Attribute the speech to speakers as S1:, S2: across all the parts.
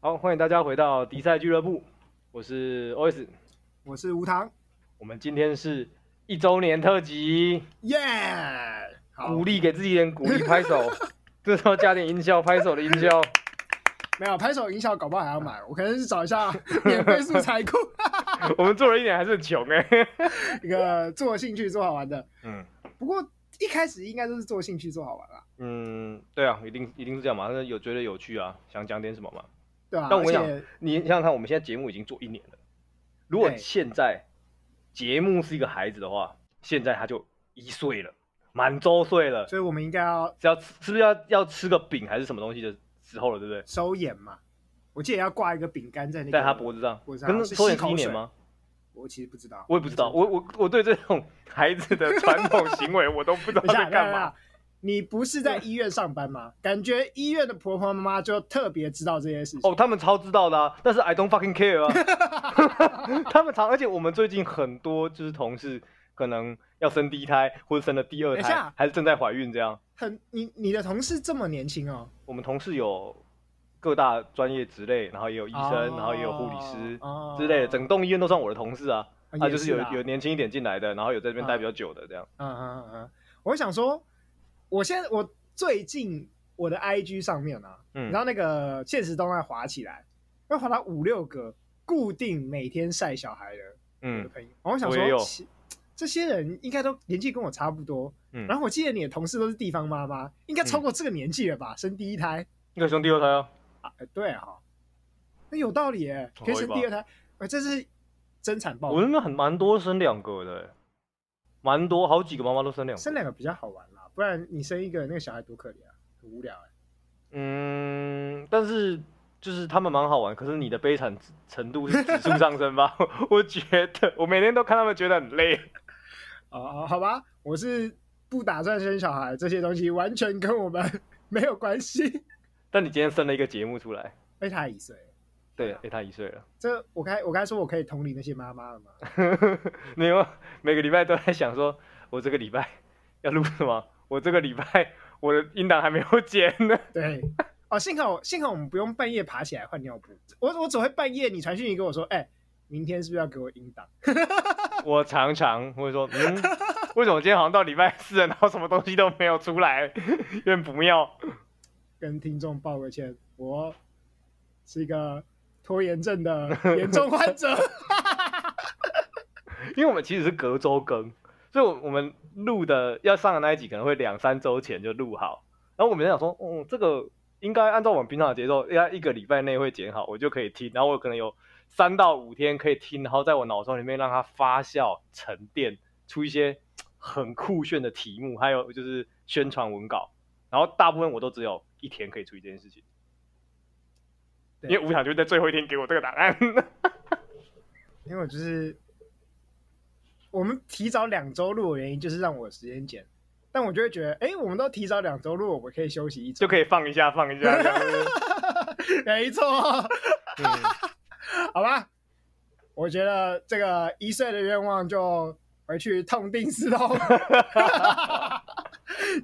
S1: 好，欢迎大家回到迪赛俱乐部，我是 OS，
S2: 我是吴糖，
S1: 我们今天是一周年特辑，
S2: 耶、好，
S1: 鼓励给自己一点鼓励，拍 手，这时候加点音效，拍手的音效。
S2: 没有拍手音效，搞不好还要买，我可能是找一下 免费素材库，
S1: 我们做了一年还是很穷哎、
S2: 一个做兴趣做好玩的。
S1: 嗯
S2: 不过一开始应该都是做兴趣做好玩啦，
S1: 嗯，对啊，一定一定是这样嘛，那有觉得有趣啊，想讲点什么嘛。
S2: 对吧、
S1: 但我
S2: 而
S1: 想
S2: 且，
S1: 你想想看，我们现在节目已经做一年了，如果
S2: 对
S1: 现在节目是一个孩子的话，现在他就一岁了，满周岁了，
S2: 所以我们应该要
S1: 是要吃是不是要要吃个饼还是什么东西的时候了，对不对？
S2: 收眼嘛，我记得要挂一个饼干在那个，
S1: 在他脖子上，
S2: 脖子上
S1: 可
S2: 是
S1: 抽
S2: 吸
S1: 点是
S2: 口
S1: 一年
S2: 水
S1: 吗？
S2: 我其实不知道，
S1: 我也不知道，我我我对这种孩子 的传统行为我都不知道
S2: 等一下，
S1: 在
S2: 等一下
S1: 干
S2: 等一
S1: 嘛
S2: 下。你不是在医院上班吗？感觉医院的婆婆妈妈就特别知道这些事情。
S1: 哦，他们超知道的啊，但是 I don't fucking care 啊。他们常，而且我们最近很多就是同事可能要生第一胎，或者生了第二
S2: 等一
S1: 胎
S2: 下，
S1: 还是正在怀孕这样。
S2: 很，你你的同事这么年轻哦，
S1: 我们同事有各大专业职类，然后也有医生，
S2: 哦
S1: 然后也有护理师
S2: 哦
S1: 之类的，整栋医院都算我的同事啊。
S2: 啊
S1: 啊，
S2: 也
S1: 就是有
S2: 啦
S1: 有年轻一点进来的，然后有在这边
S2: 啊
S1: 待比较久的这样。
S2: 嗯嗯嗯嗯，我想说，我现在我最近我的 IG 上面啊，
S1: 嗯
S2: 你知道那个现实动态滑起来，要滑到五六个固定每天晒小孩的我的
S1: 嗯，
S2: 朋友，然后我想
S1: 我也有
S2: 说，其这些人应该都年纪跟我差不多，
S1: 嗯
S2: 然后我记得你的同事都是地方妈妈，应该超过这个年纪了吧，生第一胎
S1: 那个生第二胎啊，
S2: 啊，呃对哈、那有道理耶，
S1: 我
S2: 可以生
S1: 会吧
S2: 第二胎，呃，这是增产报
S1: 我
S2: 国，
S1: 那边很蛮多生两个的欸，蛮多好几个妈妈都生两个。
S2: 生两个比较好玩啦，不然你生一个那个小孩多可怜啊，很无聊哎。
S1: 嗯，但是就是他们蛮好玩，可是你的悲惨程度是指数上升吧？ 我觉得我每天都看他们，觉得很累。
S2: 哦，好吧，我是不打算生小孩，这些东西完全跟我们 没有关系。
S1: 但你今天生了一个节目出来，
S2: 被他一岁，
S1: 对，诶，他一岁了，
S2: 这我该我该说我可以同理那些妈妈了吗？
S1: 没有每个礼拜都在想说，我这个礼拜要录什么？我这个礼拜我的音档还没有剪呢。
S2: 对，哦，幸好幸好我们不用半夜爬起来换尿布，我我只会半夜你传讯息跟我说，哎、明天是不是要给我音档？
S1: 我常常会说，嗯，为什么今天好像到礼拜四了，然后什么东西都没有出来， 有点不妙。
S2: 跟听众抱个歉，我是一个拖延症的严重患者。
S1: 因为我们其实是隔周更，所以我我们录的要上的那一集可能会两三周前就录好，然后我们想说，嗯，这个应该按照我们平常的节奏，应该一个礼拜内会剪好，我就可以听，然后我可能有三到五天可以听，然后在我脑中里面让它发酵沉淀出一些嘖很酷炫的题目，还有就是宣传文稿，然后大部分我都只有一天可以处理这件事情。因
S2: 对
S1: 为吴想就在最后一天给我这个答案，
S2: 因为我就是我们提早两周录的原因，就是让我有时间剪，但我就会觉得，哎、我们都提早两周录，我们可以休息一周
S1: 就。可以放一下放一下这样子。
S2: 没错，
S1: 嗯
S2: 好吧，我觉得这个一岁的愿望就回去痛定思痛。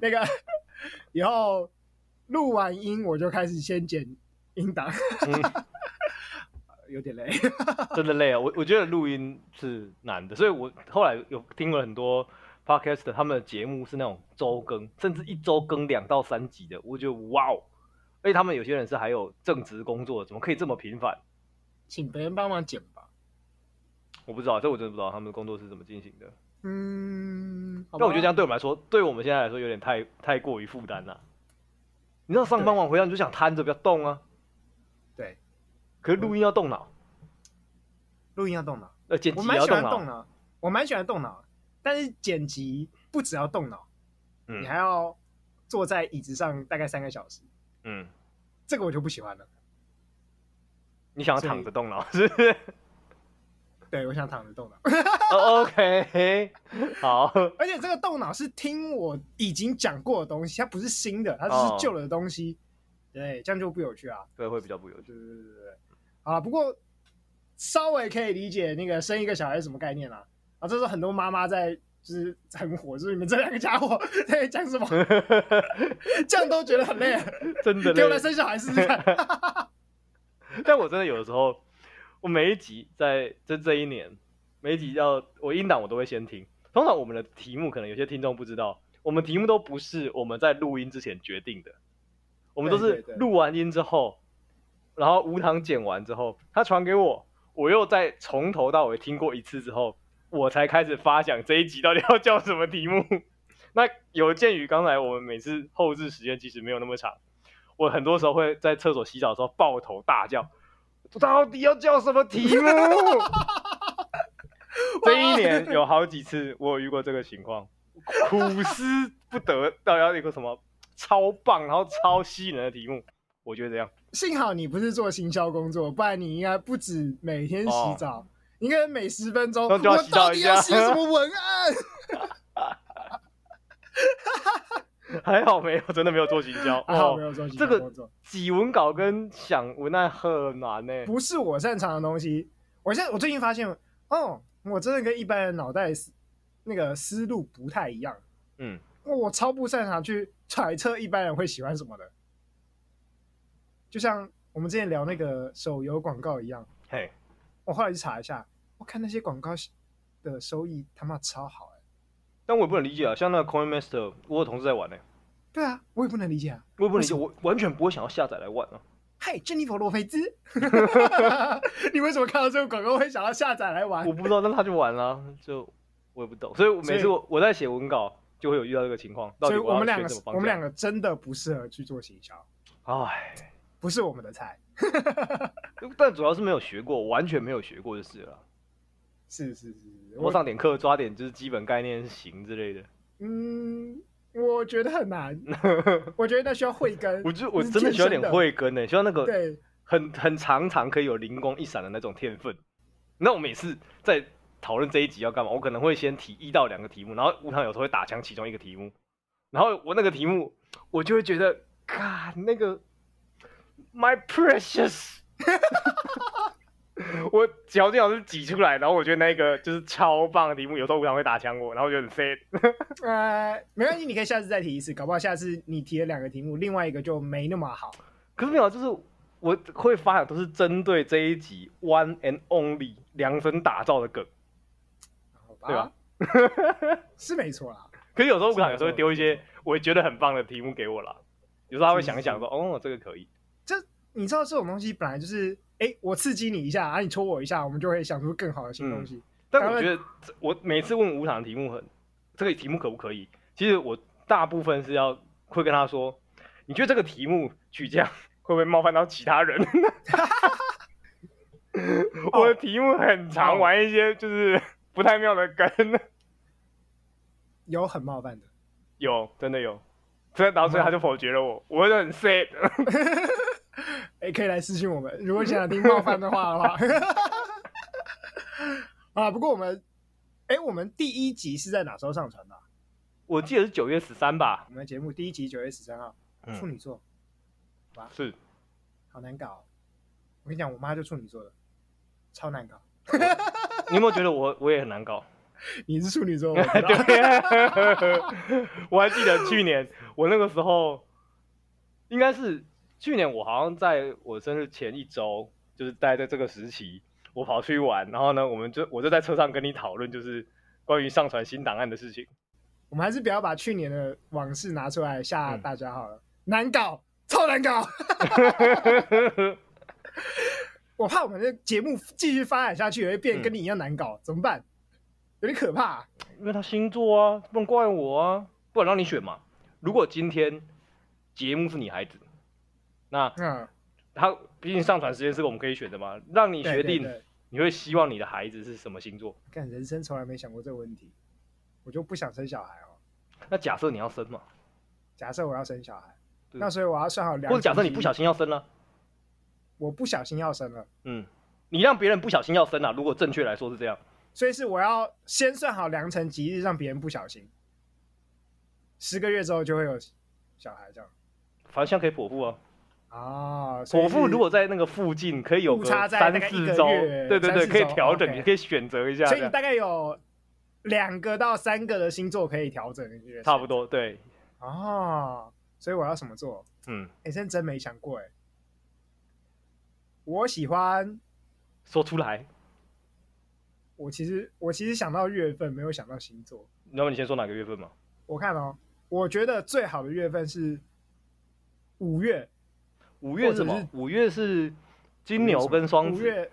S2: 那个以后录完音，我就开始先剪音档，
S1: 嗯
S2: 有点累。
S1: 真的累啊！我我觉得录音是难的，所以我后来有听了很多 podcast，他们的节目是那种周更，甚至一周更两到三集的，我觉得哇哦！而且他们有些人是还有正职工作的，怎么可以这么频繁？
S2: 请别人帮忙剪吧。
S1: 我不知道，这我真的不知道他们的工作是怎么进行的。
S2: 嗯，好吧
S1: 但我觉得这样对我们来说，对我们现在来说有点太太过于负担了。你知道上班完回来你就想瘫着不要动啊，
S2: 对，
S1: 可是录音要动脑，
S2: 录音要动脑。
S1: 呃，剪
S2: 我
S1: 辑也
S2: 蛮
S1: 要
S2: 喜欢
S1: 脑。
S2: 动脑，我蛮喜欢动脑，但是剪辑不只要动脑，
S1: 嗯
S2: 你还要坐在椅子上大概三个小时，
S1: 嗯，
S2: 这个我就不喜欢了。
S1: 你想要
S2: 所以
S1: 躺着动脑是不 是、
S2: 对我想躺着动脑，
S1: o k 哦好。
S2: 而且这个动脑是听我已经讲过的东西，它不是新的，它
S1: 哦
S2: 是旧的东西。对，这样就不有趣啊。
S1: 对，会比较不有 趣。
S2: 对对对对对，啊，不过稍微可以理解那个生一个小孩是什么概念啦、啊。啊，这是很多妈妈在就是很火，就是你们这两个家伙 在讲什么，这样都觉得很累了。
S1: 真的
S2: 给我
S1: 嘞
S2: 来生小孩试试看。
S1: 但我真的有的时候，我每一集在这这一年，每一集要我音档我都会先听。通常我们的题目可能有些听众不知道，我们题目都不是我们在录音之前决定的，我们都
S2: 对
S1: 是
S2: 对对
S1: 录完音之后，然后无糖剪完之后，他传给我，我又再从头到尾听过一次之后，我才开始发想这一集到底要叫什么题目。那有鉴于刚才我们每次后置时间其实没有那么长，我很多时候会在厕所洗澡的时候抱头大叫，到底要叫什么题 目？这一年有好几次我有遇过这个情况，苦思不得到底要一个什么超棒然后超吸引人的题目，我觉得这样
S2: 幸好你不是做行销工作，不然你应该不止每天洗澡，你应该每十分钟，
S1: 那哦就要
S2: 我
S1: 洗
S2: 到
S1: 澡
S2: 底
S1: 一
S2: 要
S1: 下
S2: 写什么 文案？
S1: 还好没有真的没有做行销，
S2: 还好
S1: 哦
S2: 没有做行
S1: 这
S2: 销
S1: 个
S2: 工作，
S1: 挤文稿跟想文案很难呢、
S2: 不是我擅长的东西。我现在我最近发现，哦，我真的跟一般人脑袋思那个思路不太一样，
S1: 嗯，
S2: 我超不擅长去揣测一般人会喜欢什么的。就像我们之前聊那个手游广告一样，
S1: 嘿，
S2: 我后来去查一下，我看那些广告的收益他妈超好哎、
S1: 但我也不能理解啊，像那个 Coin Master，我有同事在玩呢、
S2: 对啊，我也不能理解啊。
S1: 我也不能理解，我完全不会想要下载来玩啊。
S2: 嗨，珍妮佛·洛菲兹， 你为什么看到这个广告会想要下载来 玩
S1: 我？不知道，但他就玩啦，就我也不懂，所以我每次
S2: 哎所以
S1: 我我在写文稿就会有遇到这个情况，到
S2: 所
S1: 底
S2: 以我
S1: 要
S2: 们两
S1: 选
S2: 个
S1: 什么，方
S2: 我
S1: 向？
S2: 们两个真的不适合去做行销，
S1: 哎，
S2: 不是我们的菜。
S1: 但主要是没有学过，完全没有学过就是了。
S2: 是是是是，
S1: 多
S2: 我
S1: 上点课，抓点就是基本概念行之类的。
S2: 嗯，我觉得 很难，我觉得那需要慧根。
S1: 我就我
S2: 是
S1: 真的
S2: 天
S1: 需要
S2: 生
S1: 点
S2: 的
S1: 慧根呢、需要那个
S2: 对，
S1: 很很常常可以有灵光一闪的那种天分。那我每次在讨论这一集要干嘛，我可能会先提一到两个题目，然后吴糖有时候会打枪其中一个题目，然后我那个题目我就会觉得，God，那个 My precious，我绞尽脑汁挤出来，然后我觉得那个就是超棒的题目，有时候吴糖会打枪我，然后我就很 sad。
S2: 呃，没关系，你可以下次再提一次，搞不好下次你提了两个题目，另外一个就没那么好。
S1: 可是没有啊，就是我会发想都是针对这一集 one and only 量身打造的梗。
S2: 好
S1: 对吧？
S2: 是没错啦，
S1: 可是有时候
S2: 是
S1: 我
S2: 没
S1: 有时候会
S2: 错
S1: 丢一
S2: 是没
S1: 些我觉得很棒的题目给我啦，有时候他会想一想说，哦，这个可以。
S2: 你知道这种东西本来就是，哎、我刺激你一下，啊，你戳我一下，我们就会想出更好的
S1: 嗯
S2: 新东西。
S1: 但
S2: 当
S1: 我
S2: 然
S1: 觉得这我每次问无糖的题目很，这个题目可不可以？其实我大部分是要会跟他说，你觉得这个题目取这样会不会冒犯到其他人？ 我的题目很
S2: 哦
S1: 常玩一些就是不太妙的梗。
S2: 有很冒犯的，
S1: 有，真的有。所以，然后所以他就否决了我，我就很 sad。
S2: 哎、可以来私信我们，如果想听冒犯的话的 话。啊，不过我们，哎、我们第一集是在哪时候上传的啊、
S1: 我记得是九月十三吧
S2: 我，们的节目第一集九月十三号，
S1: 嗯
S2: 处女座，
S1: 是
S2: 好难搞哦、我跟你讲，我妈就处女座的，超难搞。
S1: 你有没有觉得我我也很难搞？
S2: 你是处女座，我知道
S1: 对，我还记得去年我那个时候，应该是去年我好像在我生日前一周，就是待在这个时期，我跑去玩，然后呢，我们就我就在车上跟你讨论，就是关于上传新档案的事情。
S2: 我们还是不要把去年的往事拿出来吓
S1: 嗯
S2: 大家好了，难搞，超难搞。 我怕我们的节目继续发展下去，也会
S1: 嗯
S2: 变跟你一样难搞，怎么办？有点可怕、啊
S1: 因为他星座啊，不能怪我啊，不然让你选嘛。如果今天节目是你孩子，那
S2: 嗯，
S1: 他毕竟上传时间是我们可以选的嘛，让你
S2: 你
S1: 决定，
S2: 对对
S1: 你会希望你的孩子是什么星座？
S2: 干人生从来没想过这个问题，我就不想生小孩哦。
S1: 那假设你要生嘛，
S2: 假设我要生小孩，
S1: 对
S2: 那所以我要算好两。
S1: 或者假设你不小，心要生了、
S2: 我不小心要生了，
S1: 嗯，你让别人不小心要生啊，如果正确来说是这样，
S2: 所以是我要先算好良辰吉日，让别人不小心。十个月之后就会有小孩这样。
S1: 反正像可以剖腹啊，
S2: 啊，所以
S1: 剖腹
S2: 是
S1: 如果在那个附近可以有
S2: 误
S1: 个
S2: 差在
S1: 三
S2: 大概一个
S1: 四周，
S2: 月
S1: 对对
S2: 三
S1: 对，
S2: 四
S1: 可以
S2: 周
S1: 调整，
S2: OK
S1: 你可以选择一下
S2: 所
S1: 这
S2: 以你
S1: 样，
S2: 大概有两个到三个的星座可以调整，你觉得是啊
S1: 差不多对，
S2: 哦。所以我要什么座？
S1: 嗯，
S2: 哎、真真没想过哎、我喜欢，
S1: 说出来。
S2: 我其实我其实想到月份，没有想到星座。
S1: 那么你先说哪个月份嘛？
S2: 我看哦，我觉得最好的月份是五月，
S1: 五月是什
S2: 或
S1: 么
S2: 者是？
S1: 五月是金牛跟双
S2: 五
S1: 子。
S2: 月，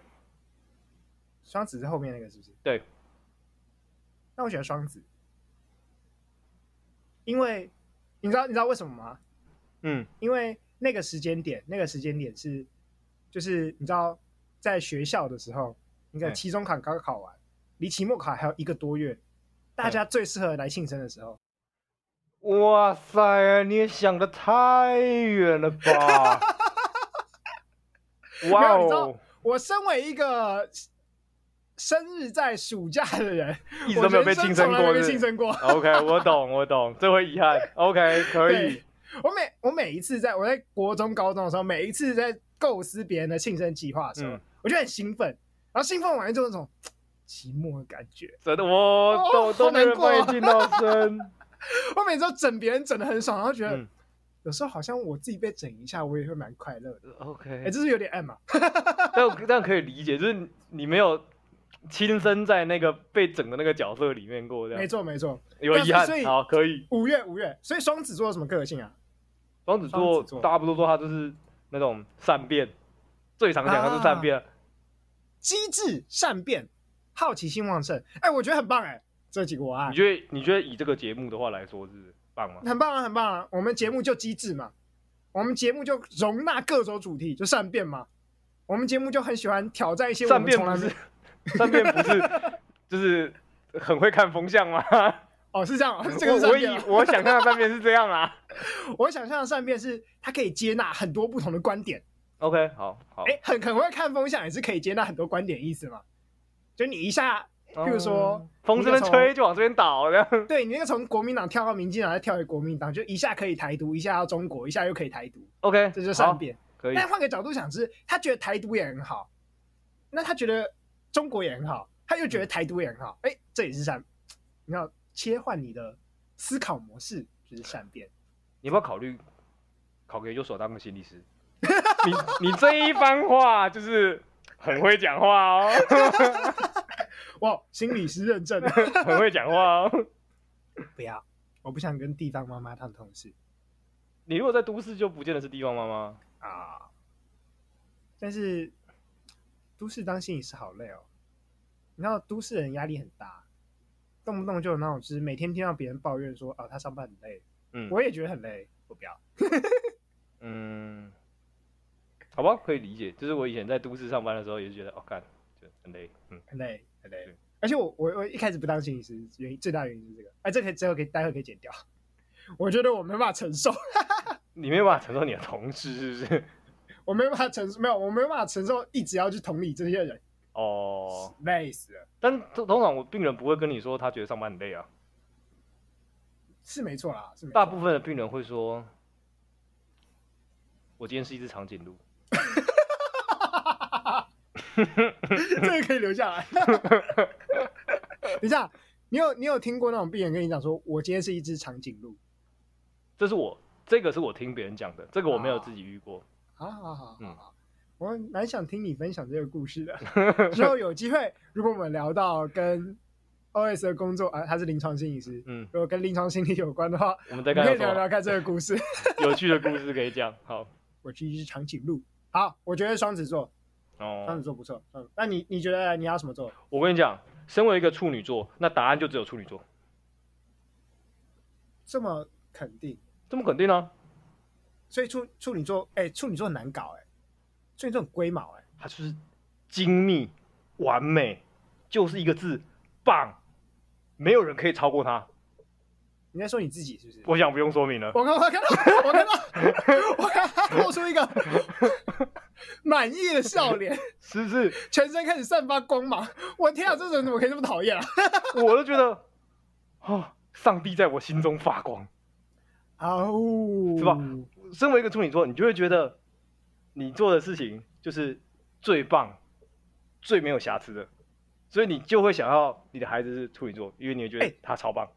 S2: 双子是后面那个是不是？
S1: 对，
S2: 那我喜欢双子，因为你知道你知道为什么吗？
S1: 嗯
S2: 因为那个时间点，那个时间点是，就是你知道，在学校的时候，你的
S1: 嗯
S2: 期中考刚考完，离期末考还有一个多月，
S1: 哎
S2: 大家最适合来庆生的时候。
S1: 哇塞，你也想的太远了吧！哇
S2: 没有你知
S1: 哦
S2: 道，我身为一个生日在暑假的人，
S1: 一直都没有被
S2: 我人
S1: 庆
S2: 生
S1: 生
S2: 从来
S1: 过，
S2: 没被
S1: 是
S2: 庆
S1: 不是
S2: 生过。
S1: OK，我懂，我懂，这会遗憾。OK，可以
S2: 对。我每我每一次在我在国中、高中的时候，每一次在构思别人的庆生计划的时候，
S1: 嗯
S2: 我就很兴奋，然后兴奋完就有那种嘖寂寞的感觉。
S1: 真的，我
S2: 哦
S1: 都、都
S2: 好
S1: 没人
S2: 难过
S1: 帮
S2: 啊
S1: 你庆到 生。
S2: 我每次都整别人整的很爽，然后觉得、
S1: 嗯
S2: 有时候好像我自己被整一下，我也会蛮快乐的。哎、
S1: OK，
S2: 这是有点暗嘛？
S1: 但我但可以理解，就是你没有亲身在那个被整的那个角色里面过，这
S2: 没
S1: 样
S2: 错没错，
S1: 有遗憾
S2: 但是所。以
S1: 好，可以。
S2: 五月五月，所以双子座有什么个性啊？
S1: 双子
S2: 双
S1: 座
S2: 子座
S1: 大家不都说他就是那种善变，最常讲他是善变。
S2: 啊机智、善变、好奇心旺盛。哎、我觉得很棒哎、这几个我爱
S1: 你，觉得你觉得以这个节目的话来说是棒吗？
S2: 很棒啊，很棒啊！我们节目就机智嘛，我们节目就容纳各种主题，就善变嘛。我们节目就很喜欢挑战一些我
S1: 善
S2: 们
S1: 变
S2: 从
S1: 不
S2: 来没
S1: 是善变不是就是很会看风向吗？
S2: 哦， 是这 样哦，这个
S1: 我
S2: 是善
S1: 我
S2: 变
S1: 以
S2: 啊。
S1: 我想象的善变是这样啊。
S2: 我想象的善变是他可以接纳很多不同的观点，
S1: OK，好好。
S2: 哎、很很会看风向，也是可以接纳很多观点，意思嘛？就你一下，譬如说
S1: 嗯风这边吹就往这边倒，这样。
S2: 对你那个从国民党跳到民进党，再跳回国民党，就一下可以台独，一下要中国，一下又可以台独，
S1: OK，
S2: 这就是
S1: 好
S2: 善，变。
S1: 可以。
S2: 但换个角度想是，他觉得台独也很好，那他觉得中国也很好，他又觉得台独也很好，
S1: 嗯
S2: 哎、这也是善。你要切换你的思考模式，就是善变。
S1: 你要不要考虑考个研究所当个心理师？你你这一番话就是很会讲话哦，
S2: 哇，心理师认证，
S1: 很会讲话哦。
S2: 不要，我不想跟地方妈妈当同事
S1: 你如果在都市，就不见得是地方妈妈。
S2: 啊。但是都市当心理师好累哦，你知道都市人压力很大，动不动就有那种就是每天听到别人抱怨说啊他上班很累，
S1: 嗯
S2: 我也觉得很累，我不要。
S1: 嗯，好吧，可以理解。就是我以前在都市上班的时候，也是觉得哦，干就很累。嗯，
S2: 很累，很累
S1: 对。
S2: 而且我我我一开始不当心理师，原因最大原因是这个。哎、这可以之后可以待会可以剪掉。 我觉得我没办法承受，
S1: 你没有办法承受你的同事是不是？
S2: 我没办法承受，没有，我没办法承受一直要去同理这些人，
S1: 哦，
S2: 累死了，
S1: 但通通常我病人不会跟你说他觉得上班很累啊，
S2: 是没错啦，是没错。
S1: 大部分的病人会说，我今天是一只长颈鹿。
S2: 这个可以留下来。 等一下，你有你有听过那种病人跟你讲说，我今天是一只长颈鹿
S1: 这是我这个是我听别人讲的，这个我没有
S2: 啊
S1: 自己遇过。
S2: 啊？好好好
S1: 嗯
S2: 好好，我蛮想听你分享这个故事的。 之后有机会，如果我们聊到跟 OS 的工作啊，他是临床心理师，
S1: 嗯，
S2: 如果跟临床心理有关的话，
S1: 我们再
S2: 我们
S1: 看
S2: 可
S1: 到
S2: 以
S1: 什
S2: 聊
S1: 么
S2: 聊看这个故事。
S1: 有趣的故事可以讲。好
S2: 我是一只长颈鹿。好，我觉得双子座，双
S1: 哦
S2: 子，座不错。嗯，那你你觉得你要什么座？
S1: 我跟你讲，身为一个处女座，那答案就只有处女座，
S2: 这么肯定，
S1: 这么肯定啊？
S2: 所以处处女座，哎、处女座很难搞、哎，处女座很龟毛、哎，
S1: 它就是精密、完美，就是一个字棒，没有人可以超过它。
S2: 你在说你自己是不是？
S1: 我想不用说明了。
S2: 我刚我看到我看到 我看到他露出一个满意的笑脸，
S1: 是不是？
S2: 全身开始散发光芒。我天啊，这人怎么可以这么讨厌啊？
S1: 我都觉得啊、上帝在我心中发光。
S2: 啊呜，
S1: 是吧？身为一个处女座，你就会觉得你做的事情就是最棒、最没有瑕疵的，所以你就会想要你的孩子是处女座，因为你会觉得
S2: 哎
S1: 他超棒。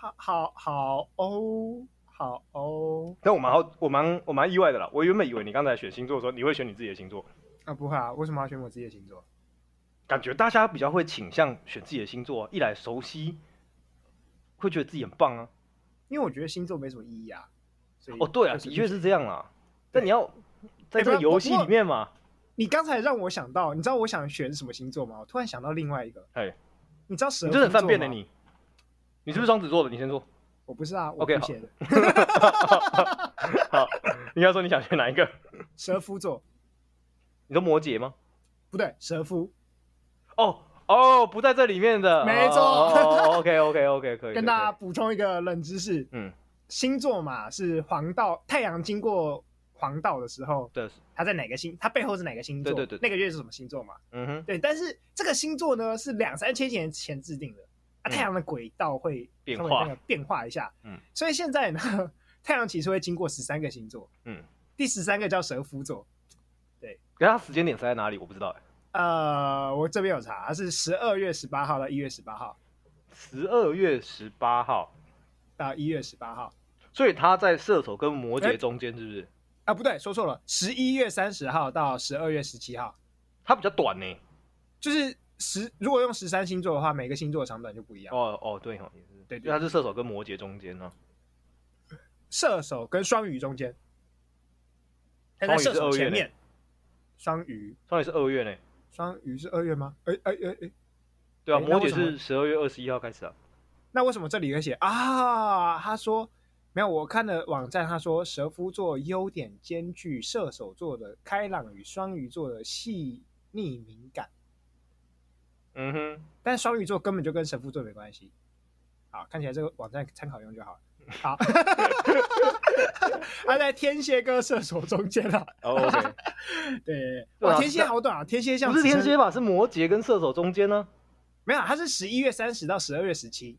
S2: 好好好哦，好哦
S1: 但我蛮好，我蛮我蛮意外的啦。我原本以为你刚才选星座的时候，你会选你自己的星座，
S2: 啊，不会啊，为什么要选我自己的星座？
S1: 感觉大家比较会倾向选自己的星座啊、一来熟悉，会觉得自己很棒啊。
S2: 因为我觉得星座没什么意义啊。所以
S1: 哦，对啊，
S2: 就随
S1: 的
S2: 便
S1: 确是这样啦。但
S2: 对
S1: 你要在
S2: 哎
S1: 这个
S2: 不要
S1: 游戏
S2: 不过
S1: 里面嘛，
S2: 你刚才让我想到，你知道我想选什么星座吗？我突然想到另外一个。
S1: 哎，
S2: 你知道蛇？
S1: 你真的很犯变的。你。你是不是双子座的？你先说。
S2: 我不是啊，我
S1: OK，哦
S2: 不
S1: 好
S2: 写的。
S1: 好，你要说你想选哪一个？
S2: 蛇夫座
S1: 你说摩羯吗？
S2: 不对，蛇夫
S1: 哦哦，不在这里面的。
S2: 没错
S1: 哦 OK OK OK，可以。可
S2: 跟
S1: 以
S2: 大家
S1: 可
S2: 补充一个冷知识
S1: 以，嗯，
S2: 星座嘛是黄道，太阳经过黄道的时候，
S1: 对，
S2: 它在哪个星？它背后是哪个星座？
S1: 对对对
S2: 那个月是什么星座嘛？
S1: 嗯哼，
S2: 对，但是这个星座呢是两三千年前制定的，
S1: 嗯
S2: 啊，太阳的轨道会
S1: 变
S2: 稍微
S1: 化
S2: 那个变化一下，
S1: 嗯，
S2: 所以现在呢， 太阳其实会经过十三个星座，
S1: 嗯，
S2: 第十三个叫蛇夫座，
S1: 可是它时间点是在哪里？我不知道哎。
S2: 呃，我这边有查，它是十二月十八号到一月十八号
S1: 十二月十八号，
S2: 到一月十八号
S1: 所以它在射手跟摩羯
S2: 哎
S1: 中间，是不是？
S2: 啊，不对，说错了，十一月三十号到十二月十七号，
S1: 它比较短呢。
S2: 就是十，如果用十三星座的话，每个星座的长短就不一样。
S1: 哦哦，对哈，也是，
S2: 对对
S1: 因为它是射手跟摩羯中间哦呢。
S2: 射手跟双鱼中间，它在
S1: 双鱼是
S2: 射手
S1: 二月
S2: 前
S1: 嘞
S2: 面。双鱼，
S1: 双鱼是二月呢。
S2: 双鱼是二月吗？哎哎哎哎，
S1: 对啊，
S2: 哎那
S1: 摩
S2: 为
S1: 羯
S2: 什么
S1: 是十二月二十一号开始啊。
S2: 那为什么这里会写啊？他说没有，我看了网站，他说蛇夫座优点兼具射手座的开朗与双鱼座的细腻敏感，
S1: 嗯 哼，
S2: 但双鱼座根本就跟蛇夫座没关系。好，看起来这个网站参考用就好了。好， 他在天蝎跟射手中间啊。
S1: 哦 OK，
S2: 对，
S1: 对啊
S2: 哇，天蝎好短啊！天蝎像
S1: 不是天
S2: 只
S1: 蝎吧？是摩羯跟射手中间呢。
S2: 没有，它是十一月三十到十二月十七，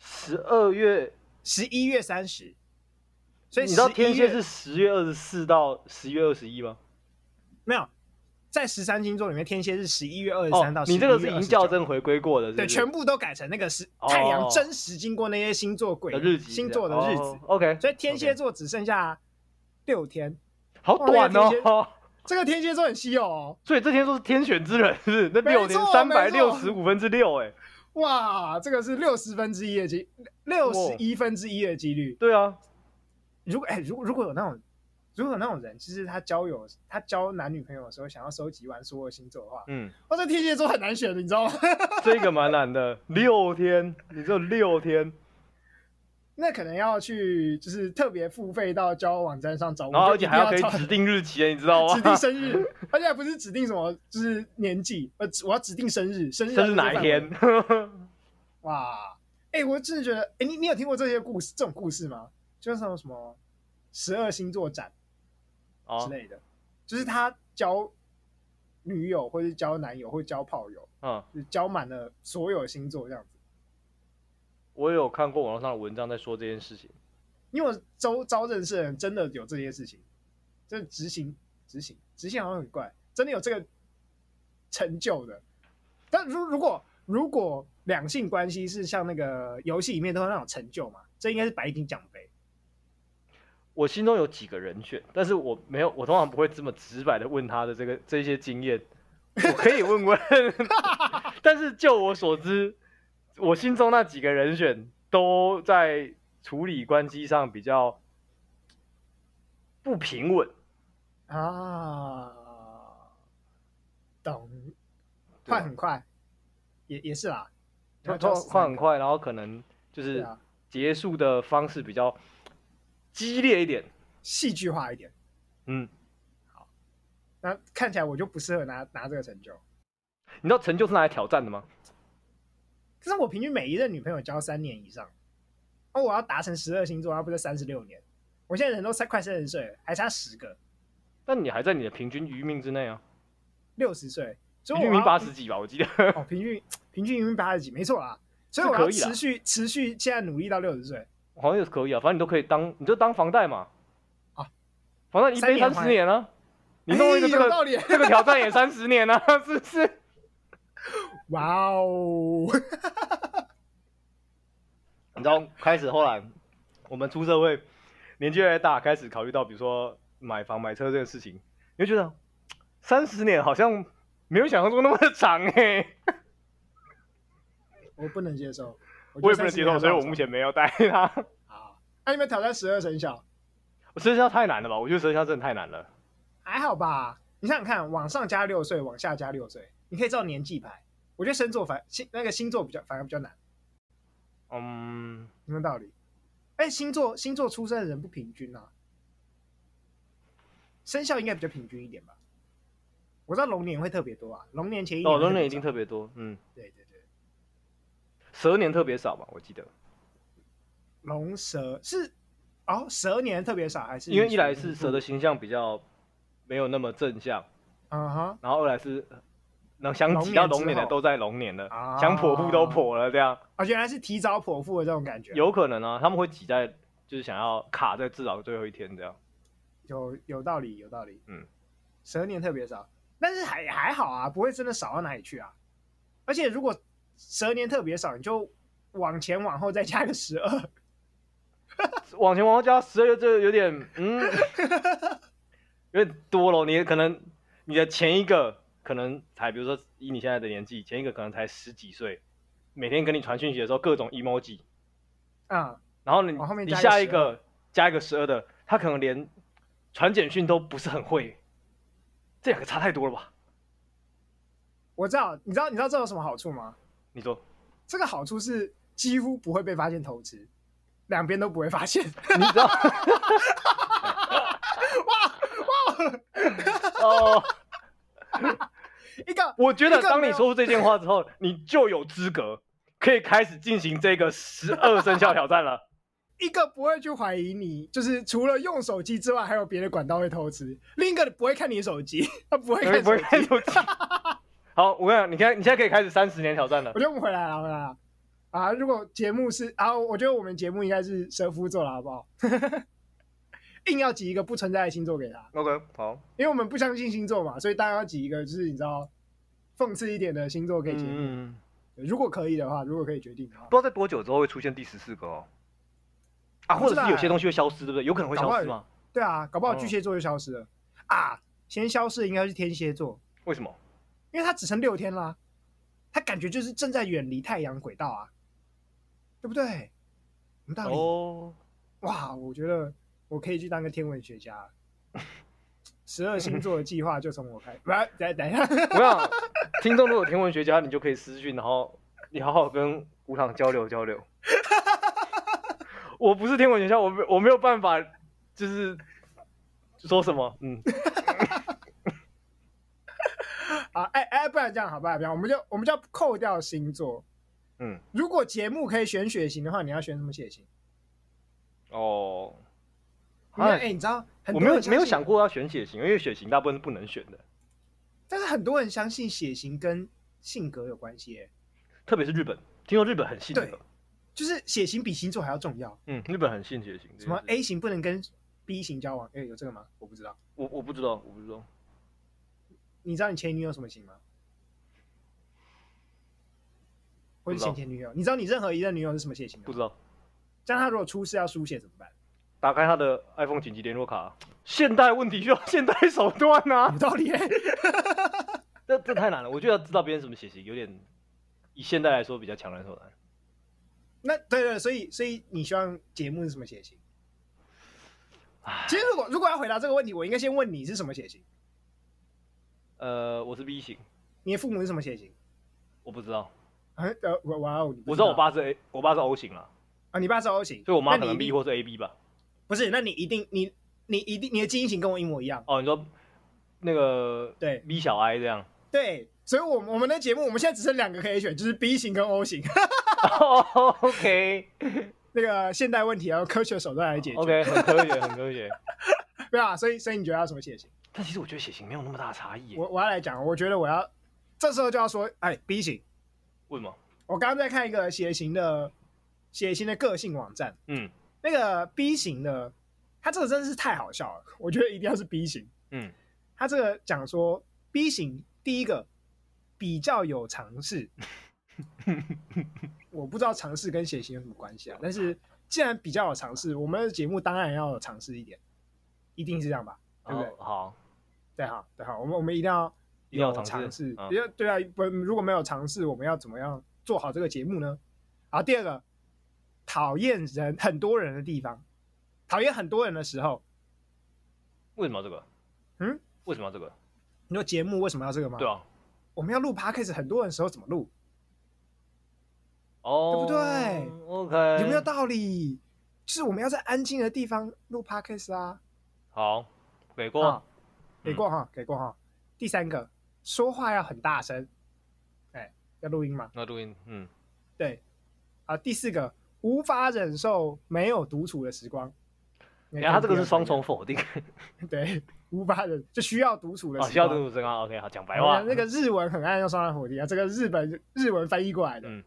S1: 十二月，
S2: 十一月三十，所以
S1: 你知道
S2: 11
S1: 天蝎
S2: 月
S1: 是十月二十四到十一月二十一吗？
S2: 没有在十三星座里面，天蝎是十一月二十
S1: 哦
S2: 三到，11
S1: 你
S2: 月
S1: 这个是已经校
S2: 29
S1: 正回归过的，是不
S2: 对，
S1: 是
S2: 全部都改成那个是
S1: 哦
S2: 太阳真实经过那些星座轨
S1: 的日期
S2: 星座的日子，
S1: 哦 OK，
S2: 所以天蝎座只剩下六天。
S1: 好短
S2: 哇那个天
S1: 哦。
S2: 这个天蝎座很稀有哦，
S1: 所以这天说是天选之人，是不是那
S2: 没
S1: 六天
S2: 错
S1: 三百
S2: 没
S1: 六
S2: 错
S1: 十五分之六，哎，
S2: 哇，这个是六十分之一的几六十一分之一的几率。
S1: 对啊，
S2: 如果哎、如果如果有那种，如果有那种人，就是他交友，他交男女朋友的时候，想要收集完所有星座的话，
S1: 嗯，
S2: 哇，这天蝎座很难选的，你知道吗？
S1: 这个蛮难的，六天，你只有六天，
S2: 那可能要去就是特别付费到交友网站上找，
S1: 然后
S2: 我
S1: 而
S2: 就
S1: 且
S2: 一
S1: 还要
S2: 定要
S1: 可以
S2: 找
S1: 指定哦日期，你知 道吗？
S2: 指定生日，而且还不是指定什么，就是年纪，呃，指我要指定生 日，生日
S1: 生日哪一天？？
S2: 哇，哎、我真的觉得，哎、你你有听过这些故事这种故事吗？就是什么什么十二星座展之
S1: 哦，
S2: 类的，就是他交女友或者交男友或者交炮友。
S1: 嗯，
S2: 就是教满了所有星座这样子。
S1: 我有看过网络上的文章在说这件事情，
S2: 因为我周遭认识的人真的有这些事情，真的执行执行执行好像很怪，真的有这个成就的。但如如果如果两性关系是像那个游戏里面都有那种成就嘛，这应该是白金奖杯。
S1: 我心中有几个人选，但是我没有，我通常不会这么直白的问他的这个这些经验，我可以问 问，但是就我所知，我心中那几个人选都在处理关系上比较不平稳，
S2: 啊，懂，
S1: 对啊
S2: 快很快，也也是啊啦，
S1: 通
S2: 然
S1: 通
S2: 后就
S1: 快很
S2: 13个，
S1: 快，然后可能就
S2: 对
S1: 是
S2: 啊，
S1: 结束的方式比较激烈一点，
S2: 戏剧化一点。
S1: 嗯，
S2: 那看起来我就不适合拿拿这个成就。
S1: 你知道成就是拿来挑战的吗？
S2: 可是我平均每一任女朋友交三年以上，那、我要达成十二星座，而不是三十六年。我现在人都三快三十岁了，还差十个，
S1: 但你还在你的平均余命之内啊，
S2: 六十岁，所
S1: 平
S2: 以
S1: 均
S2: 我
S1: 余命
S2: 啊要
S1: 八十几吧，我记得。
S2: 哦，平均平均云八十几，没错啦。所以
S1: 是
S2: 我要
S1: 可以啦
S2: 持续持续现在努力到六十岁，
S1: 好像也是可以啊，反正你都可以当，你就当房贷嘛。
S2: 啊，
S1: 房贷一背三
S2: 三年
S1: 十
S2: 还
S1: 年啊，你弄一个这
S2: 哎有
S1: 个、
S2: 道理，
S1: 这个挑战也三十年啊， 是不是？
S2: 哇哦，
S1: 你知道，开始后来我们出社会，年纪越来越大，开始考虑到比如说买房买车这个事情，你会觉得三十年好像没有想象中那么长哎、
S2: 我不能接受，我
S1: 我也不能接受，所以我目前没有带它。
S2: 啊，那你们挑战十二生肖
S1: 我生肖太难了吧？我觉得生肖真的太难了。
S2: 还好吧？你想想看，往上加六岁，往下加六岁，你可以照年纪排。我觉得星座反星那个星座比较反而比较难，
S1: 嗯，
S2: 有没有道理？哎，星座星座出生的人不平均啊，生肖应该比较平均一点吧？我知道龙年会特别多啊，龙年前一年
S1: 哦，
S2: 会
S1: 龙年
S2: 比
S1: 一定
S2: 较
S1: 特别多，嗯，
S2: 对对对，
S1: 蛇年特别少吧？我记得，
S2: 龙蛇是哦，蛇年特别少还是
S1: 因为一来是蛇的形象比较没有那么正向，
S2: 嗯哼
S1: 然后二来是能想
S2: 龙
S1: 挤到
S2: 年之
S1: 龙年的
S2: 后
S1: 都在龙年了，
S2: 啊
S1: 想剖腹都剖了，这样
S2: 啊，原来是提早剖腹的这种感觉，
S1: 有可能啊，他们会挤在就是想要卡在至少最后一天这样。
S2: 有有道理，有道理。
S1: 嗯，
S2: 蛇年特别少，但是还还好啊，不会真的少到哪里去啊。而且如果蛇年特别少，你就往前往后再加个十二，
S1: 往前往后加十二，这有点嗯，有点多了。你可能你的前一个可能才，比如说以你现在的年纪，前一个可能才十几岁，每天跟你传讯息的时候各种 emoji，
S2: 啊、
S1: 然后你
S2: 往后面
S1: 你
S2: 加一个
S1: 下一个加一个十二的，他可能连传简讯都不是很会，这两个差太多了吧？
S2: 我知道，你知道，你知道这有什么好处吗？
S1: 你说
S2: 这个好处是几乎不会被发现投资，两边都不会发现。
S1: 你知道
S2: 哇哇，
S1: 哦？
S2: 一个
S1: 我觉得
S2: 一个
S1: 当
S2: 没
S1: 你
S2: 有
S1: 说出这件话之后，你就有资格可以开始进行这个十二生肖挑战了。
S2: 一个不会去怀疑你，就是除了用手机之外，还有别的管道会偷吃；另一个不会看你手机，他 不会看
S1: 不
S2: 手
S1: 会看
S2: 机。
S1: 手机。 好，我跟你讲，你现在你现在可以开始三十年挑战了
S2: 我。觉得我们回来了，回来了啊！如果节目是啊，我觉得我们节目应该是蛇夫座了，好不 好？硬要挤一个不存在的星座给他，
S1: OK，好，
S2: 因为我们不相信星座嘛，所以当然要挤一个就是你知道讽刺一点的星座给节目。
S1: 嗯，
S2: 如果可以的话，如果可以决定的话
S1: 不，知道在多久之后会出现第十四个哦。啊，
S2: 不
S1: 或
S2: 知道
S1: 者是有些
S2: 哎
S1: 东西会消失，对不对？有可能会
S2: 搞不
S1: 消
S2: 好
S1: 失吗？
S2: 对啊，搞不好
S1: 哦
S2: 巨蟹座就消失了、啊！先消失的应该是天蝎座，
S1: 为什么？
S2: 因为它只剩六天啦，它感觉就是正在远离太阳轨道啊，对不对？有道理、
S1: 哦，
S2: 哇！我觉得我可以去当个天文学家了。 十二星座的计划就从我开，不、是，等等一下，
S1: 我想听众如果有天文学家，你就可以私讯，然后你好好跟吴糖交流交 流。我不是天文学家，我没我没有办法，就是说什么，嗯，
S2: 啊，哎哎，不然这样好不好？不然我们就我们就要扣掉星座。
S1: 嗯，
S2: 如果节目可以选血型的话，你要选什么血型？
S1: 哦，
S2: 你看，
S1: 啊
S2: 哎、你知道很
S1: 我
S2: 多
S1: 没
S2: 人
S1: 有
S2: 相
S1: 没有
S2: 信
S1: 想，过要选血型，因为血型大部分是不能选的，
S2: 但是很多人相信血型跟性格有关系、哎
S1: 特别是日本，听说日本很信这
S2: 对
S1: 个。
S2: 就是血型比星座还要重要。
S1: 嗯，日本很信血型。
S2: 什么哎
S1: 对
S2: A 型不能跟 B 型交往？哎、有这个吗？我不知道。
S1: 我我不知道，我不知道。
S2: 你知道你前女友什么型吗？或
S1: 不
S2: 者
S1: 知道
S2: 前前女友？你知道你任何一任女友是什么血型吗
S1: 不？知道。
S2: 这样她如果出事要输血怎么办？
S1: 打开他的 iPhone 紧急联络卡，现代问题需要现代手段啊！
S2: 有道理、欸。
S1: 这这太难了，我觉得要知道别人什么血型有点，以现代来说比较强人所难。
S2: 那对对，所以所以你希望节目是什么血型？其实如果如果要回答这个问题，我应该先问你是什么血型，
S1: 呃，我是 B 型，
S2: 你的父母是什么血型？
S1: 我不知道，
S2: 啊呃，哇哇哦！你不
S1: 我
S2: 知
S1: 知道我爸是 A，我爸是 O 型啦，
S2: 啊，你爸是 O 型，
S1: 所以我妈
S2: 那
S1: 可
S2: 你
S1: 能
S2: 一
S1: B
S2: 定
S1: 或是 AB 吧。
S2: 不是？那你一定你你一定你的基因型跟我一模一样。
S1: 哦，你说那个
S2: 对
S1: B 小 I 这样？
S2: 对，所以我们我们的节目我们现在只剩两个可以选，就是 B 型跟 O 型。
S1: 哦，OK
S2: 那个现代问题要用科学手段来解决，
S1: OK，很科学，很科学。
S2: 对啊，所以所以你觉得要什么血型？
S1: 但其实我觉得血型没有那么大的差异耶。
S2: 我我要来讲，我觉得我要这时候就要说，哎，B 型。
S1: 为什么？
S2: 我刚刚在看一个血型的血型的个性网站，
S1: 嗯
S2: 那个 B 型的，他这个真的是太好笑了，我觉得一定要是 B 型。
S1: 嗯
S2: 他这个讲说 B 型第一个比较有尝试，我不知道尝试跟血型有什么关系啊，但是既然比较有尝试，我们的节目当然要有尝试一点，一定是这样吧？对不对？
S1: 哦好，
S2: 对哈，对哈，我们我们一定要
S1: 一定要
S2: 有
S1: 尝试
S2: 尝试
S1: 嗯，
S2: 因为对啊，不如果没有尝试，我们要怎么样做好这个节目呢？好，第二个，讨厌人很多人的地方，讨厌很多人的时候，
S1: 为什么要这个？
S2: 嗯，
S1: 为什么要这个？
S2: 你说节目为什么要这个吗？
S1: 对啊，
S2: 我们要录 podcast，很多人的时候怎么录？
S1: 哦，
S2: 对不对
S1: ？OK，
S2: 有没有道理？就是我们要在安静的地方录 podcast 啊。
S1: 好给
S2: 啊
S1: 过？嗯
S2: 给过哈，给过哈。第三个，说话要很大声，哎，要录音吗？
S1: 那录音，嗯，
S2: 对，啊，第四个，无法忍受没有独处的时光。你
S1: 哎然后他这个是双重，否定
S2: 对，无法忍就需要独处的
S1: 哦，
S2: 时
S1: 需要
S2: 光。
S1: 读主真啊，OK，好，讲白话，
S2: 那个日文很爱用双重否定啊，这个日本日文翻译过来的，
S1: 嗯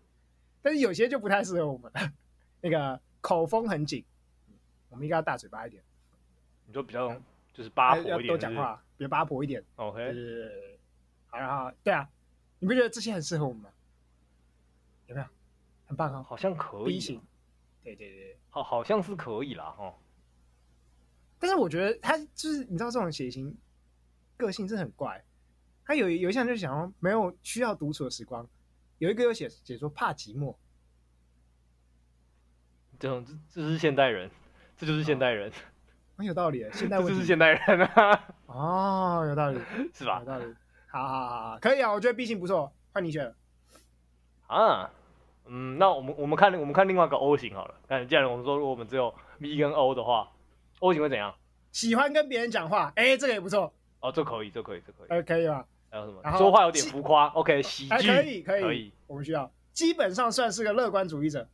S2: 但是有些就不太适合我们，那个口风很紧，我们应该要大嘴巴一点，
S1: 你就比较就是哎八
S2: 哎要
S1: 婆一点，
S2: 多讲话，别八婆一点。
S1: 是不是
S2: 对
S1: ，OK，
S2: 对对对对，好，然后对啊，你不觉得这些很适合我们吗？有没有？很棒哦
S1: 好像可
S2: b
S1: 以啊
S2: 型，，对对对。
S1: 好，好像是可以啦，哦，
S2: 但是我觉得他就是你知道这种血型个性是很怪，他有有一项就是想要没有需要独处的时光，有一个又写写说怕寂寞，
S1: 这种这这是现代人，这就是现代人，
S2: 很哦有道理耶，现代
S1: 这
S2: 问
S1: 就是
S2: 题
S1: 现代人啊，
S2: 哦，有道理，
S1: 是吧
S2: 有？道理，好好好好，可以啊，我觉得 B 型不错，换你选了，
S1: 啊，嗯，那我们我们看我们看另外一个 O 型好了。看，既然我们说如果我们只有 B 跟 O 的话，O 型会怎样？
S2: 喜欢跟别人讲话，哎，这个也不错，
S1: 哦，这可以，这可以，这可以。
S2: 哎，可以吧？
S1: 还有什么
S2: 然？后
S1: 说话有点
S2: 喜
S1: 浮夸，OK，喜
S2: 哎，
S1: 剧
S2: 可以可以
S1: 可以，
S2: 我们需要，基本上算是个乐观主义者，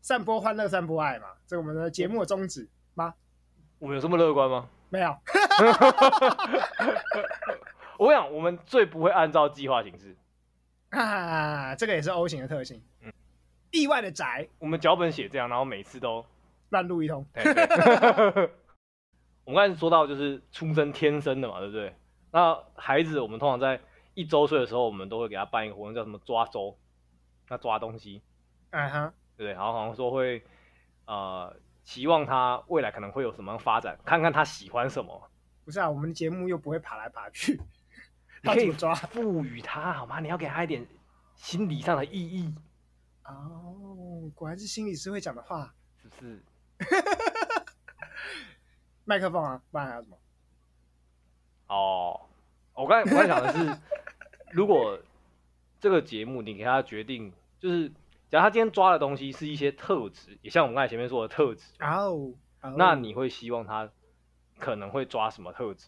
S2: 散播欢乐，散播爱嘛，这我们的节目的宗旨吗？
S1: 我们有这么乐观吗？
S2: 没有，
S1: 我想我们最不会按照计划行事，
S2: 啊，这个也是 O 型的特性，
S1: 嗯
S2: 意外的宅，
S1: 我们脚本写这样，然后每次 都。
S2: 乱录一通，
S1: 对对 我们刚才说到就是出生天生的嘛，对不对？那孩子我们通常在一周岁的时候，我们都会给他办一个活动，叫什么抓周，那抓东西。
S2: 嗯哼，
S1: 对不对？然后好像说会呃期望他未来可能会有什么样发展，看看他喜欢什么，
S2: 不是啊，我们的节目又不会爬来 爬去，
S1: 你
S2: 要
S1: 可
S2: 怎
S1: 以
S2: 么抓？
S1: 赋予他好吗？你要给他一点心理上的意义，
S2: 哦，果然是心理师会讲的话，
S1: 是不是？
S2: 麦克风啊，不然还有什么？
S1: 哦，我刚才我刚才想的是，如果这个节目你给他决定，就是假如他今天抓的东西是一些特质，也像我们刚才前面说的特质，
S2: 哦，哦
S1: 那你会希望他可能会抓什么特质？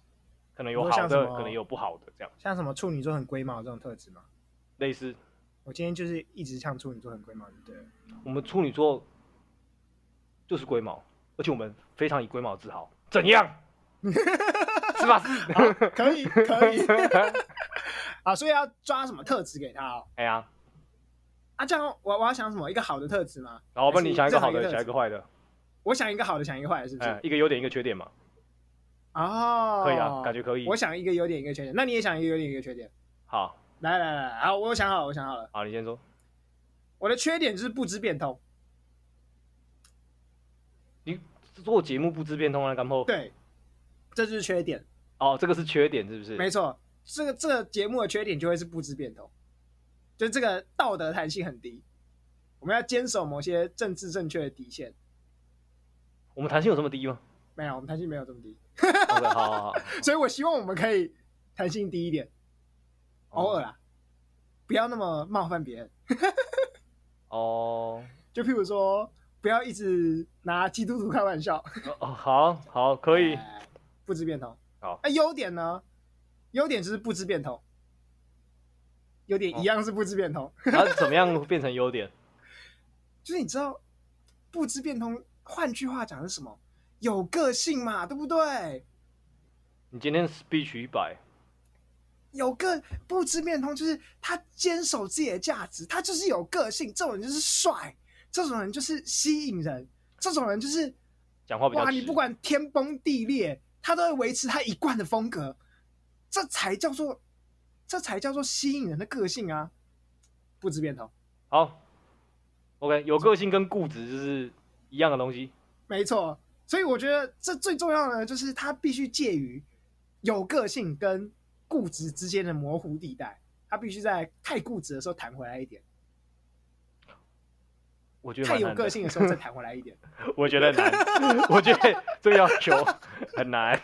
S1: 可能有
S2: 你说
S1: 好
S2: 像什
S1: 的，
S2: 么
S1: 可能有不好的，这样
S2: 像什么处女座很龟毛这种特质吗？
S1: 类似
S2: 我今天就是一直像处女座很龟毛，对不对了？
S1: 我们处女座就是龟毛，而且我们非常以龟毛自豪，怎样？ 是吧？
S2: 好可以可以啊，所以要抓什么特质给他哦？
S1: 哎呀，
S2: 啊，这样我我要想什么？一个好的特质吗？
S1: 然后我帮你想一个好
S2: 还
S1: 的，
S2: 是
S1: 想一个坏的，
S2: 我想一个好的，想一个坏的，是不是？
S1: 哎，一个优点，一个缺点嘛，
S2: 哦，
S1: 可以啊，感觉可以
S2: 我。想一个优点，一个缺点，那你也想一个优点，一个缺点。
S1: 好，
S2: 来来来，好，我想好了，我想好了。
S1: 好，你先说。
S2: 我的缺点就是不知变通。
S1: 你做节目不知变通啊，干后
S2: 对，这就是缺点，
S1: 哦，这个是缺点是不
S2: 没
S1: 是？
S2: 错。这个这个节目的缺点就会是不知变通，就这个道德弹性很低。我们要坚守某些政治正确的底线。
S1: 我们弹性有这么 低吗
S2: 没有，我们弹性没有这么低，
S1: ？OK，好好好，
S2: 所以我希望我们可以弹性低一点，偶尔啦，不要那么冒犯别人。
S1: 哦
S2: 就譬如说，不要一直拿基督徒开玩笑。
S1: 哦，好好可以，
S2: 哎不知变通。
S1: 好
S2: 那优点呢？优点就是不知变通，优
S1: 哦
S2: 点一样是不知变通，
S1: 然后怎么样变成优点？
S2: 就是你知道不知变通，换句话讲是什么？有个性嘛，对不对？
S1: 你今天 speech 一百，
S2: 有个不知变通，就是他坚守自己的价值，他就是有个性，这种人就是帅，这种人就是吸引人，这种人就是
S1: 讲话比较
S2: 哇，
S1: 直
S2: 你不管天崩地裂，他都会维持他一贯的风格，这才叫做，这才叫做吸引人的个性啊！不知变通，
S1: 好，OK，有个性跟固执就是一样的东西。
S2: 没错，所以我觉得这最重要的就是它必须介于有个性跟固执之间的模糊地带，它必须在太固执的时候弹回来一点，
S1: 我觉得
S2: 太
S1: 蛮
S2: 有
S1: 难的
S2: 个，性的时候再弹回来一点。
S1: 我觉得难， 我觉得这个要求很难。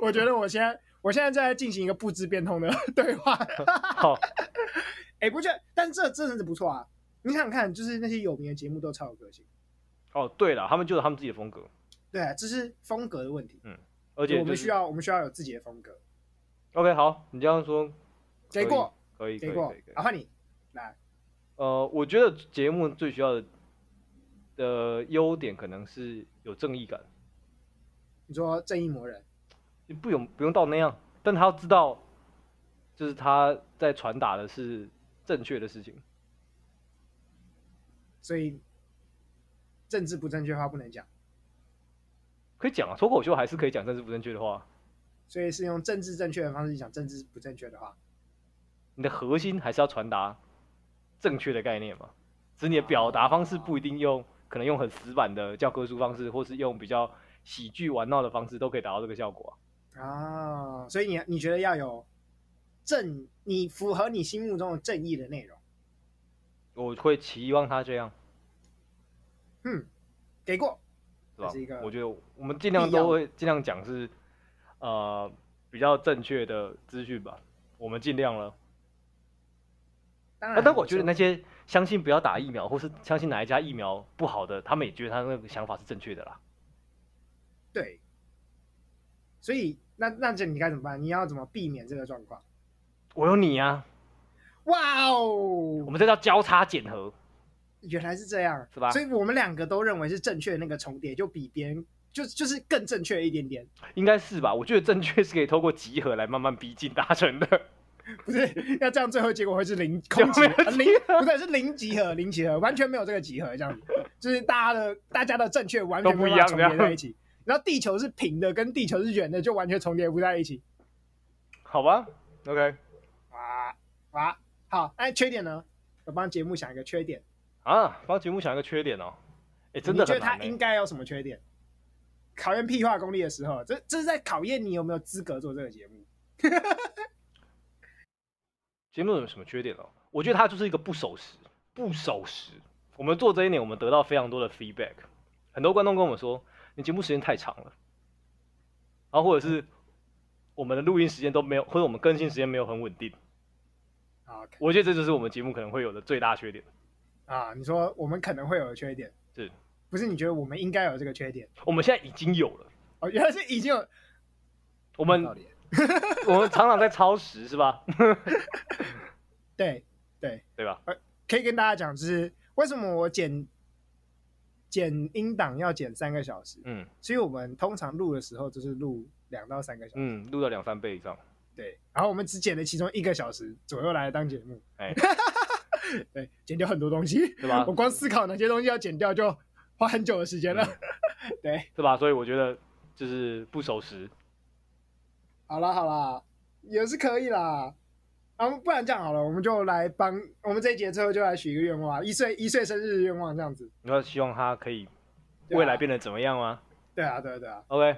S2: 我觉得我现在我现在正在进行一个不知变通的 对 话。
S1: 好，
S2: 哎、不觉得？但这这真的不错啊！你想想看，就是那些有名的节目都超有个性，
S1: 哦，对了，他们就有他们自己的风格，
S2: 对、啊，这是风格的问题。
S1: 而且、就是、
S2: 我们需要我们需要有自己的风格。
S1: OK，好，你这样说
S2: 给过，
S1: 可以，可
S2: 给
S1: 以，
S2: 过啊
S1: 可以，可以，
S2: 好，。换你来。
S1: 呃，我觉得节目最需要的的优点可能是有正义感，
S2: 你说正义魔人，
S1: 你不用不用到那样，但他要知道，就是他在传达的是正确的事情。
S2: 所以政治不正确话不能讲，
S1: 可以讲啊，脱口秀还是可以讲政治不正确的话。
S2: 所以是用政治正确的方式讲政治不正确的话。
S1: 你的核心还是要传达正确的概念嘛，只是你的表达方式不一定用，可能用很死板的教科书方式，或是用比较喜剧玩闹的方式，都可以达到这个效果啊、
S2: 啊，所以你你觉得要有正，你符合你心目中的正义的内容。
S1: 我会期望他这样，
S2: 嗯，给过。
S1: 是吧
S2: 这是一个？
S1: 我觉得我们尽量
S2: 必要
S1: 都会尽量讲是呃比较正确的资讯吧，我们尽量了。
S2: 当
S1: 啊
S2: 然，，
S1: 但我觉得那些相信不要打疫苗，或是相信哪一家疫苗不好的，他们也觉得他那个想法是正确的啦。
S2: 对，所以那那这你该怎么办？你要怎么避免这个状况？
S1: 我有你啊，
S2: 哇
S1: 我
S2: 哦，
S1: 们这叫交叉检核。
S2: 原来是这样，
S1: 是吧
S2: 所以我们两个都认为是正确的那个重叠，就比别人就就是更正确一点点，
S1: 应该是吧？我觉得正确是可以透过集合来慢慢逼近达成的。
S2: 不是？要这样最后结果会是零空集
S1: 没
S2: 合
S1: 有
S2: 呃零，不对，是零集合，零集合，完全没有这个集合，这样子，就是大家的大家的正确完全
S1: 都不
S2: 没
S1: 一
S2: 有
S1: 样这
S2: 办法重叠
S1: 样
S2: 在一 起。然后地球是平的，跟地球是圆的，就完全重叠不在一起。
S1: 好吧，OK
S2: 哇哇，好，哎，缺点呢？我帮节目想一个缺点。
S1: 啊，帮节目想一个缺点哦。哎，真的
S2: 你觉
S1: 很
S2: 得他
S1: 难、
S2: 应
S1: 欸。
S2: 该有什么缺点？考验屁话功力的时候，这这是在考验你有没有资格做这个节目。
S1: 节目有什么缺点哦？我觉得他就是一个不守时，不守时。我们做这一年，我们得到非常多的 feedback，很多观众跟我们说，你节目时间太长了，然后或者是我们的录音时间都没有，或者我们更新时间没有很稳定。
S2: 啊
S1: 我觉得这就是我们节目可能会有的最大缺点。
S2: 啊，你说我们可能会有缺点，
S1: 是
S2: 不是？你觉得我们应该有这个缺点？
S1: 我们现在已经有了，
S2: 哦，原来是已经有
S1: 我们
S2: 道理了
S1: 我们常常在超时，是吧？
S2: 对对，
S1: 对吧？
S2: 可以跟大家讲，就是为什么我剪剪音档要剪三个小时，
S1: 嗯。
S2: 所以我们通常录的时候就是录两到三个小时，
S1: 嗯，录到两三倍以上。
S2: 对，然后我们只剪了其中一个小时左右来当节目，
S1: 哎，啊
S2: 对，剪掉很多东西，
S1: 对吧
S2: 我光思考哪些东西要剪掉，就花很久的时间了。
S1: 嗯
S2: 对，
S1: 是吧？所以我觉得就是不守时。
S2: 好啦好啦，也是可以啦。啊，不然这样好了，我们就来帮我们这一节最后就来许一个愿望啊，一岁一岁生日愿望这样子。
S1: 你要希望他可以
S2: 对啊
S1: 未来变得怎么样吗
S2: 对啊，对啊，对啊。
S1: ？OK，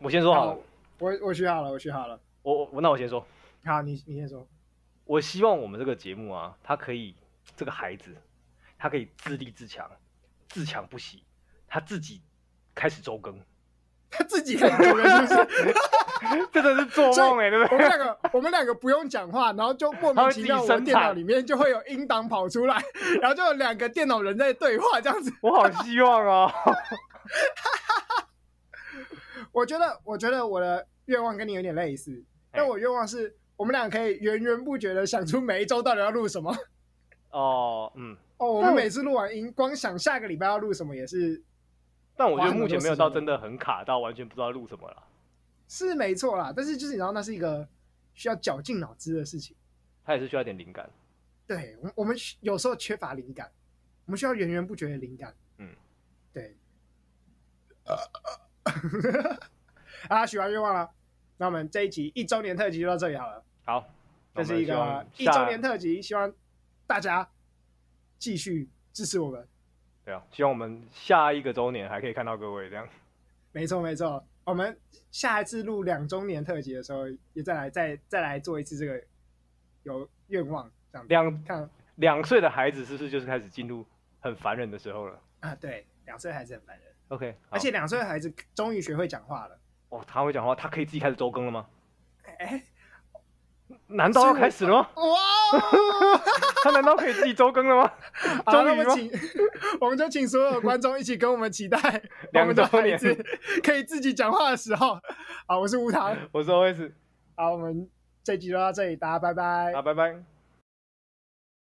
S1: 我先说好了
S2: 好，，我我许好了，我许好了。
S1: 我我我那我先说，
S2: 好，你你先说。
S1: 我希望我们这个节目啊，他可以这个孩子，他可以自立自强，自强不息，他自己开始周 更，
S2: 他自己可以做 的是不是？
S1: 真的是做梦哎、对不对？
S2: 我 们两个，我们两个不用讲话，然后就莫名其妙，
S1: 他会自己
S2: 我
S1: 生产
S2: 电脑里面就会有音档跑出来，然后就有两个电脑人在对话这样子。
S1: 我好希望哦。
S2: 我觉得，我觉得我的愿望跟你有点类似，
S1: 哎
S2: 但我愿望是我们俩可以源源不绝的想出每一周到底要录什么。
S1: 哦，嗯，
S2: 哦，我
S1: 但我
S2: 们每次录完音，光想下个礼拜要录什么也是
S1: 但我觉
S2: 花
S1: 得
S2: 很
S1: 目
S2: 多
S1: 前
S2: 时
S1: 没有到
S2: 间
S1: 真的很卡到完全不知道录什么了，
S2: 是没错啦。但是就是你知道，那是一个需要绞尽脑汁的事情。
S1: 他也是需要点灵感。
S2: 对，我们我们需有时候缺乏灵感，我们需要源源不绝的灵感。
S1: 嗯，
S2: 对。 啊，许完愿望了，那我们这一集一周年特辑就到这里好了。
S1: 好，
S2: 这是一
S1: 那我
S2: 个
S1: 们
S2: 一
S1: 希望下
S2: 周年特辑，希望大家继续支持我们。
S1: 对啊，希望我们下一个周年还可以看到各位这样。
S2: 没错没错，我们下一次录两周年特辑的时候，也再来再再来做一次这个有愿望这样子。
S1: 两
S2: 看
S1: 两岁的孩子是不是就是开始进入很烦人的时候了
S2: 啊，对，两岁孩子很烦人，
S1: ？OK，好
S2: 而且两岁的孩子终于学会讲话了。
S1: 哦，他会讲话，他可以自己开始周更了 吗？
S2: 哎，
S1: 难道要开始了吗？
S2: 哇哦！
S1: 他难道可以自己周更了吗？
S2: 好，
S1: 终
S2: 那我
S1: 于
S2: 们
S1: 吗
S2: 请， 我们就请所有观众一起跟我们 期待我
S1: 两
S2: 们的
S1: 周
S2: 孩
S1: 年
S2: 子可以自己讲话的时候。好，我是吴糖，
S1: 我是 OS，
S2: 好，我们这集就到这里，大家拜拜
S1: 啊，。拜拜。